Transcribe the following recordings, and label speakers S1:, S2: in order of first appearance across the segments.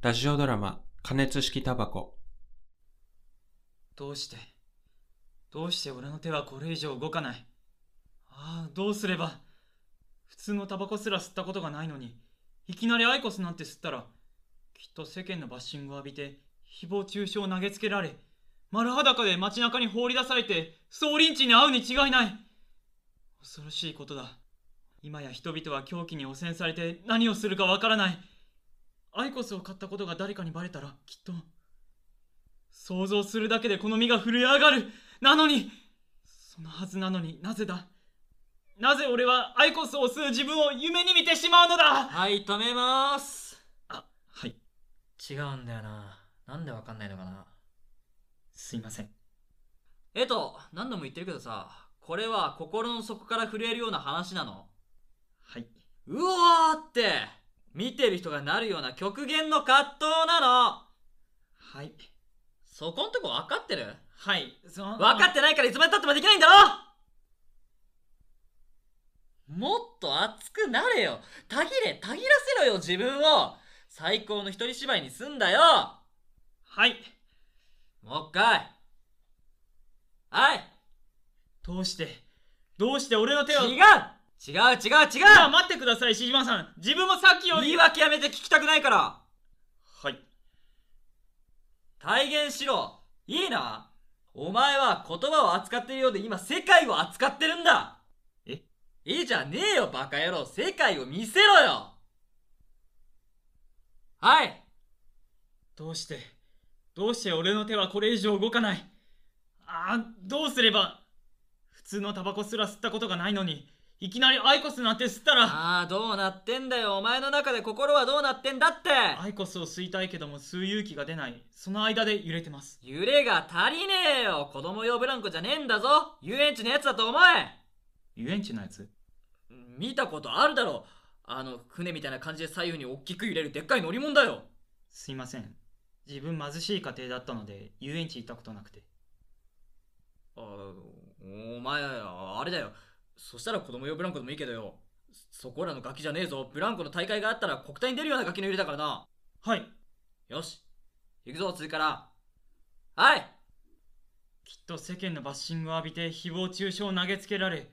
S1: ラジオドラマ、加熱式タバコ。
S2: どうしてどうして俺の手はこれ以上動かないああどうすれば普通のタバコすら吸ったことがないのにいきなりアイコスなんて吸ったらきっと世間のバッシングを浴びて誹謗中傷を投げつけられ丸裸で街中に放り出されて総リンチに遭うに違いない恐ろしいことだ今や人々は狂気に汚染されて何をするかわからないアイコスを買ったことが誰かにバレたらきっと想像するだけでこの身が震え上がるなのにそのはずなのになぜだなぜ俺はアイコスを吸う自分を夢に見てしまうのだ
S3: はい、止めまーす。
S2: はい
S3: 違うんだよな。なんでわかんないのかな。
S2: すいません
S3: えっと、何度も言ってるけどさ、これは心の底から震えるような話なの。
S2: はいう
S3: おーって、見てる人がなるような極限の葛藤なの。
S2: はい
S3: そこんとこ分かってる
S2: はいその
S3: 分かってないからいつまでたってもできないんだろもっと熱くなれよたぎれたぎらせろよ自分を最高の一人芝居にすんだよ
S2: はい
S3: もう一回はい
S2: どうしてどうして俺の手を
S3: 違う違う違う違
S2: じゃあ
S3: う
S2: 待ってくださいシジマさん自分もさっきよ
S3: 言
S2: り
S3: い訳やめて聞きたくないから
S2: はい
S3: 体現しろいいなお前は言葉を扱っているようで今世界を扱ってるんだ
S2: え
S3: いいじゃねえよバカ野郎世界を見せろよはい
S2: どうしてどうして俺の手はこれ以上動かないああどうすれば普通のタバコすら吸ったことがないのにいきなりアイコスなんて吸ったら
S3: ああどうなってんだよお前の中で心はどうなってんだって
S2: アイコスを吸いたいけども吸う勇気が出ないその間で揺れてます
S3: 揺れが足りねえよ子供用ブランコじゃねえんだぞ遊園地のやつだと思
S2: 遊園地のやつ
S3: え見たことあるだろあの船みたいな感じで左右に大きく揺れるでっかい乗り物だよ
S2: すいません自分貧しい家庭だったので遊園地行ったことなくて
S3: あお前あれだよそしたら子供用ブランコでもいいけどよそこらのガキじゃねえぞブランコの大会があったら国体に出るようなガキの揺れだからな
S2: はい
S3: よし行くぞ次からはい
S2: きっと世間のバッシングを浴びて誹謗中傷を投げつけられ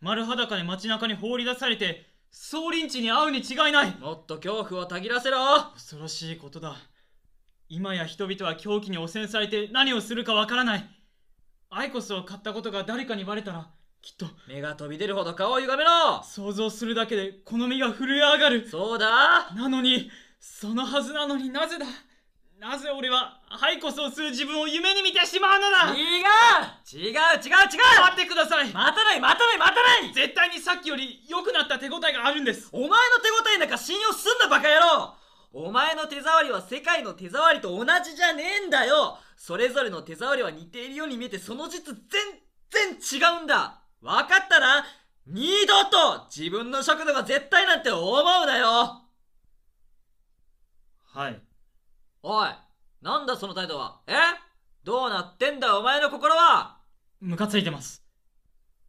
S2: 丸裸で街中に放り出されて総リンチに遭うに違いない
S3: もっと恐怖をたぎらせろ
S2: 恐ろしいことだ今や人々は狂気に汚染されて何をするかわからないアイコスを買ったことが誰かにバレたらきっと
S3: 目が飛び出るほど顔を歪めろ
S2: 想像するだけでこの身が震え上がる
S3: そうだ
S2: なのにそのはずなのになぜだなぜ俺はアイコスを吸う自分を夢に見てしまうのだ
S3: 違う違う違う違う
S2: 待ってください
S3: 待たない待たない待たない
S2: 絶対にさっきより良くなった手応えがあるんです
S3: お前の手応えなんか信用すんなバカ野郎お前の手触りは世界の手触りと同じじゃねえんだよそれぞれの手触りは似ているように見えてその実全然違うんだわかったな二度と自分の尺度が絶対なんて思うなよ
S2: はい
S3: おいなんだその態度はえどうなってんだお前の心は
S2: ムカついてます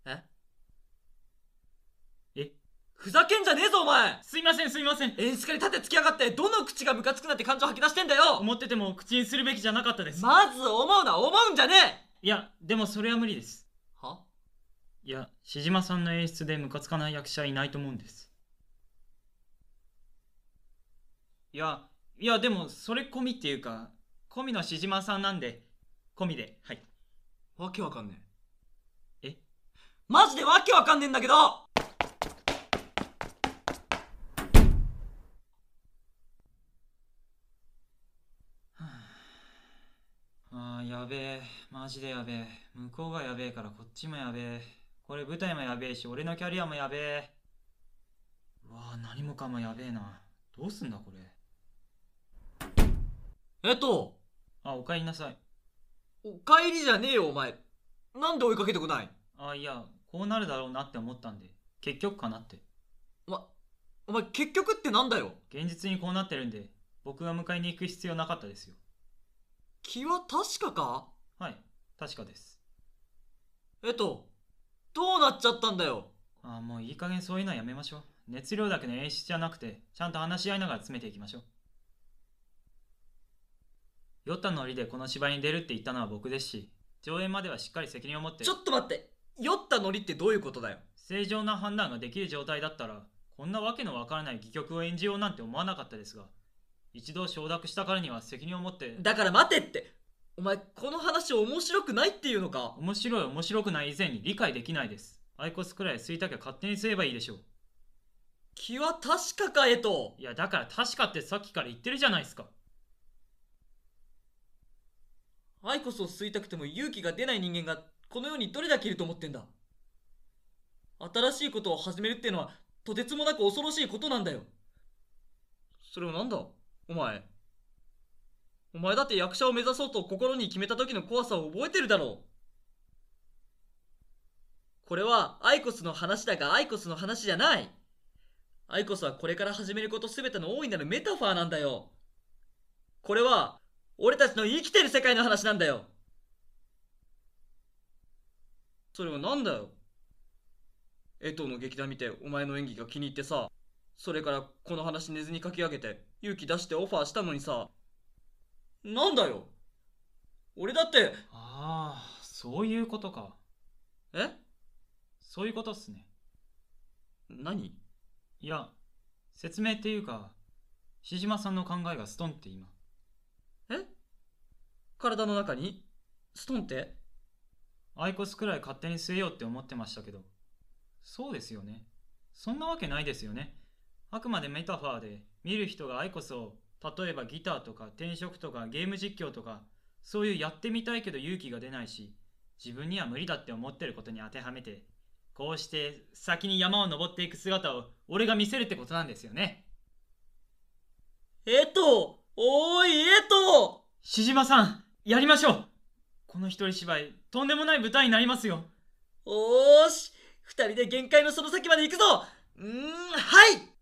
S3: え
S2: え
S3: ふざけんじゃねえぞお前
S2: すいませんすいません
S3: 演出家に立てつきやがってどの口がムカつくなって感情吐き出してんだよ
S2: 思ってても口にするべきじゃなかったです
S3: まず思うな思うんじゃねえ
S2: いや、でもそれは無理です。
S3: はい
S2: や、しじまさんの演出でムカつかない役者いないと思うんです。いや、いや、でもそれ込みっていうか、込みのしじまさんなんで、込みで、はい。
S3: わけわかんね
S2: え
S3: えマジでわけわかんねえんだけど
S2: あー、やべえ。マジでやべえ。向こうがやべえからこっちもやべえ。これ舞台もやべえし、俺のキャリアもやべえ。うわあ、何もかもやべえな。どうすんだこれ。
S3: えっと
S2: あ、おかえりなさい。
S3: お帰りじゃねえよお前なんで追いかけてこない
S2: あ、いや、こうなるだろうなって思ったんで、結局かなって。
S3: お前お前結局ってなんだよ
S2: 現実にこうなってるんで僕が迎えに行く必要なかったですよ
S3: 気は確かか
S2: はい確かです
S3: えっとどうなっちゃったんだよ
S2: ああもういい加減そういうのはやめましょう熱量だけの演出じゃなくてちゃんと話し合いながら詰めていきましょう酔ったノリでこの芝居に出るって言ったのは僕ですし上演まではしっかり責任を持って
S3: ちょっと待って酔ったノリってどういうことだよ
S2: 正常な判断ができる状態だったらこんなわけのわからない戯曲を演じようなんて思わなかったですが一度承諾したからには責任を持って
S3: だから待てってお前この話面白くないっていうのか
S2: 面白い面白くない以前に理解できないですアイコスくらい吸いたきゃ勝手に吸えばいいでしょう
S3: 気は確かかえと
S2: いやだから確かってさっきから言ってるじゃないですか
S3: アイコスを吸いたくても勇気が出ない人間がこの世にどれだけいると思ってんだ新しいことを始めるってのはとてつもなく恐ろしいことなんだよそれをなんだお前お前だって役者を目指そうと心に決めた時の怖さを覚えてるだろうこれはアイコスの話だがアイコスの話じゃないアイコスはこれから始めること全ての大いなるメタファーなんだよこれは俺たちの生きてる世界の話なんだよそれはなんだよ江藤の劇団見てお前の演技が気に入ってさそれからこの話根津に書き上げて勇気出してオファーしたのにさなんだよ俺だって
S2: ああそういうことか
S3: え
S2: そういうことっすね
S3: 何
S2: いや説明っていうか志島さんの考えがストンって今
S3: え体の中にストンって
S2: アイコスくらい勝手に据えようって思ってましたけどそうですよねそんなわけないですよねあくまでメタファーで見る人がアイコスを例えばギターとか転職とかゲーム実況とかそういうやってみたいけど勇気が出ないし自分には無理だって思ってることに当てはめてこうして先に山を登っていく姿を俺が見せるってことなんですよね
S3: 江藤おーい江藤
S2: 志島さんやりましょうこの一人芝居とんでもない舞台になりますよ
S3: おーし二人で限界のその先まで行くぞうーんはい